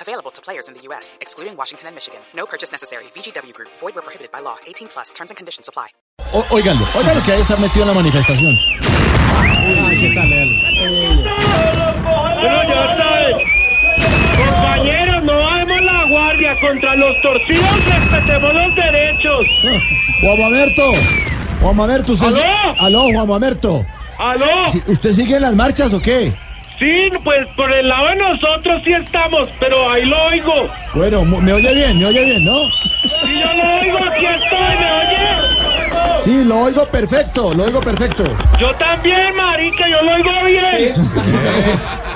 Available to players in the U.S., excluding Washington and Michigan. No purchase necessary. VGW Group, void were prohibited by law. 18 plus terms and conditions apply. O- Óiganlo, oigan lo que hay de estar metido en la manifestación. Ay, ¿qué tal él? Bueno, ya sabes. Compañeros, no bajemos la guardia contra los torcidos, respetemos los derechos. Ah, Juan Mamerto, Juan Mamerto, usted... ¿Aló? Aló, Juan Mamerto. ¿Aló? Sí, Sí. ¿Usted sigue en las marchas o qué? pues por el lado de nosotros sí estamos, pero ahí lo oigo. Bueno, mu- me oye bien, me oye bien, ¿no? Si yo lo oigo, aquí estoy, ¿me oye? Sí, lo oigo perfecto, lo oigo perfecto. Yo también, marica, yo lo oigo bien.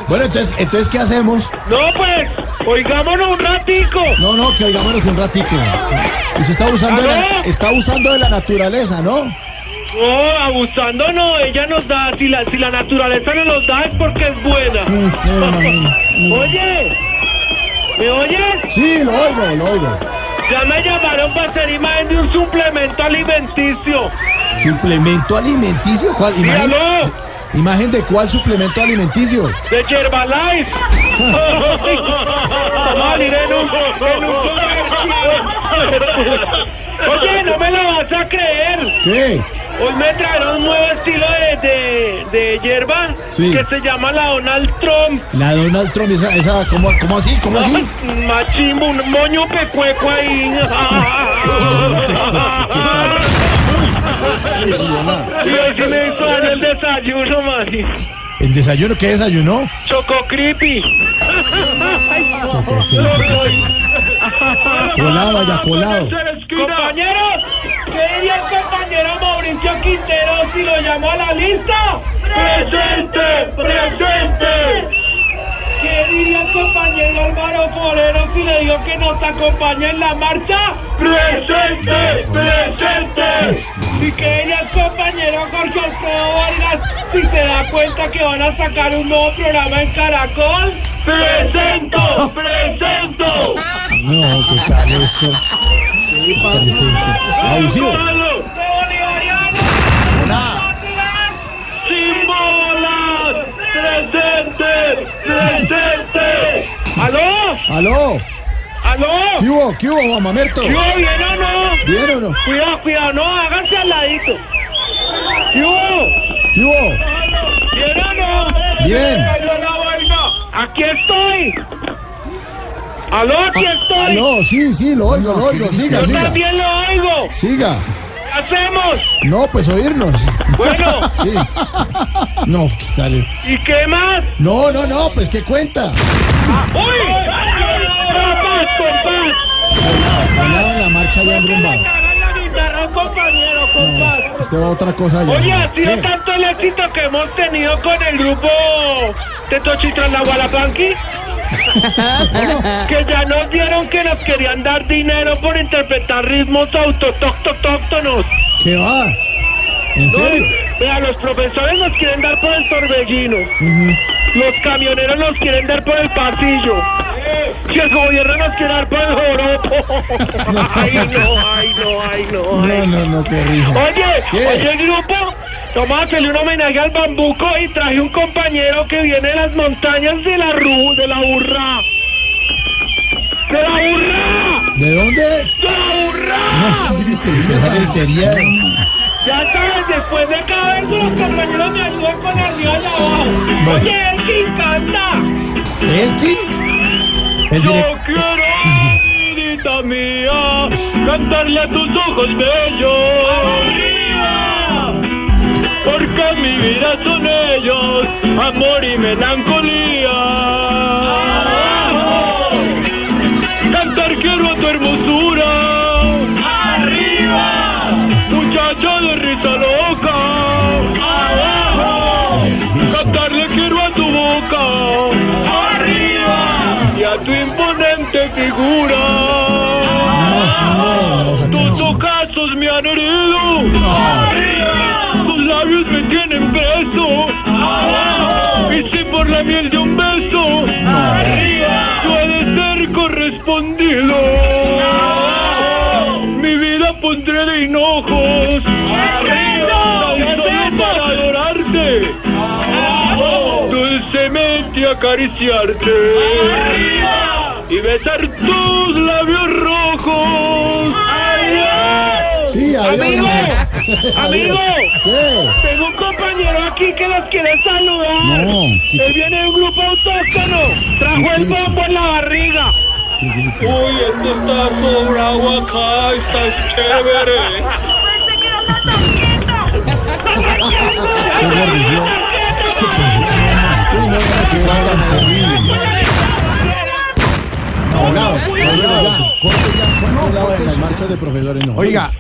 Bueno, entonces, entonces ¿qué hacemos? No, pues, oigámonos un ratico. No, no, que oigámonos un ratico. Y se está usando, de la, ¿Aló? está usando de la naturaleza, ¿no? No, abusando no, ella nos da, si la, si la naturaleza nos los da es porque es buena. me imagino. Oye, ¿me oyes? Sí, lo oigo, lo oigo. Ya me llamaron para hacer imagen de un suplemento alimenticio. ¿Suplemento alimenticio? ¿Cuál? Sí, ¿Imagen, aló, ¿Imagen de cuál suplemento alimenticio? de Herbalife. Vamos a venir en un, en un comercio. Oye, no me lo vas a creer. ¿Qué? Hoy me trajeron un nuevo estilo de, de, de hierba Sí. que se llama la Donald Trump. La Donald Trump, esa, esa ¿cómo, cómo así? ¿Cómo así? Machimbo, un moño pecueco ahí. Yo sí me hizo daño el desayuno, mari. ¿El desayuno qué desayunó? Choco Creepy. Colado, ya colado. Compañeros, ¿qué diría el compañero Mauricio Quintero si lo llamó a la lista? ¡Presente! ¡Presente! ¿Qué diría el compañero Álvaro Forero si le dijo que nos acompaña en la marcha? ¡Presente! ¡Presente! ¿Y qué diría el compañero Jorge Alfredo Vargas si se da cuenta que van a sacar un nuevo programa en Caracol? ¡Presento! ¡Presento! No, ¿qué tal esto? Presente. Abusivo. ¡Sin bolas! ¡Presente! ¡Presente! ¿Aló? ¿Aló? ¿Aló? ¿Qué hubo? ¿Qué hubo, Juan Mamerto? ¿Yo bien o no? ¿Bien o no? Cuidado, cuidado, no, háganse al ladito. ¿Yo? ¿Qué hubo? ¿Bien o no? Bien. Cayó la vaina. Aquí estoy. ¿Aló? Aquí estoy. No, sí, sí, lo oigo, lo oigo. Siga, Yo siga. también lo oigo. Siga. ¿Qué hacemos? No, pues oírnos. Bueno, Sí. No, ¿qué tal esto? ¿y qué más? No, no, no, pues ¿qué cuenta? ¡Uy! ¡Papás, papás! Colado en la marcha de Que le Andrumba. cagan la guitarra, compañero, compás. Usted va a otra cosa allá. Oye, ha sido ¿Qué? tanto el éxito que hemos tenido con el grupo Tetochi tras la Gualapanqui que ya nos dieron que nos querían dar dinero por interpretar ritmos autotóctonos. ¿Qué va? ¿En serio? Vea, los profesores nos quieren dar por el torbellino. Los camioneros nos quieren dar por el pasillo. Y el gobierno nos quiere dar por el joropo. ay, no, ay, no, ay, no, ay, No, no, no, qué risa. Oye, ¿Qué? oye, grupo, vamos a hacerle un homenaje al bambuco y traje un compañero que viene de las montañas de la ru, de la burra. ¡De la burra! ¿De dónde? ¡De la burra! Esa gritería. Ya sabes, después de cada vez los compañeros me ayudan con arriba y abajo. Oye, Elkin, canta. ¿Elkin? El Yo direc- quiero, amiguita mía, cantarle a tus ojos bellos. Porque mi vida son ellos, amor y melancolía. Cantar quiero a tu hermosura. Arriba. Muchacho de risa loca. Abajo. Cantarle quiero a tu boca. Arriba. Y a tu imponente figura. No, no, no, no, no. Tus ocasos me han herido. ¡Arriba! Tus labios me tienen preso. ¡Abajo! Y si por la miel de un beso. ¡Arriba! Puede ser correspondido. ¡Abajo! Mi vida pondré de hinojos. ¡Arriba! Tan solo para adorarte. ¡Abajo! Dulcemente acariciarte. ¡Arriba! Y besar tus labios rojos. ¡Adiós! Sí, adiós. Amigo, amigo, ¿Qué? tengo un compañero aquí que los quiere saludar. No, ¿qué- Él viene de un grupo autóctono. Trajo ¿Qué el es eso? bombo en la barriga. Uy, esto está sobrado acá, está chévere. pues, Uy, no, no, qué es tan terrible. Abogados, abogados, corte ya, corte ya con las marchas de profesores, no. Oiga,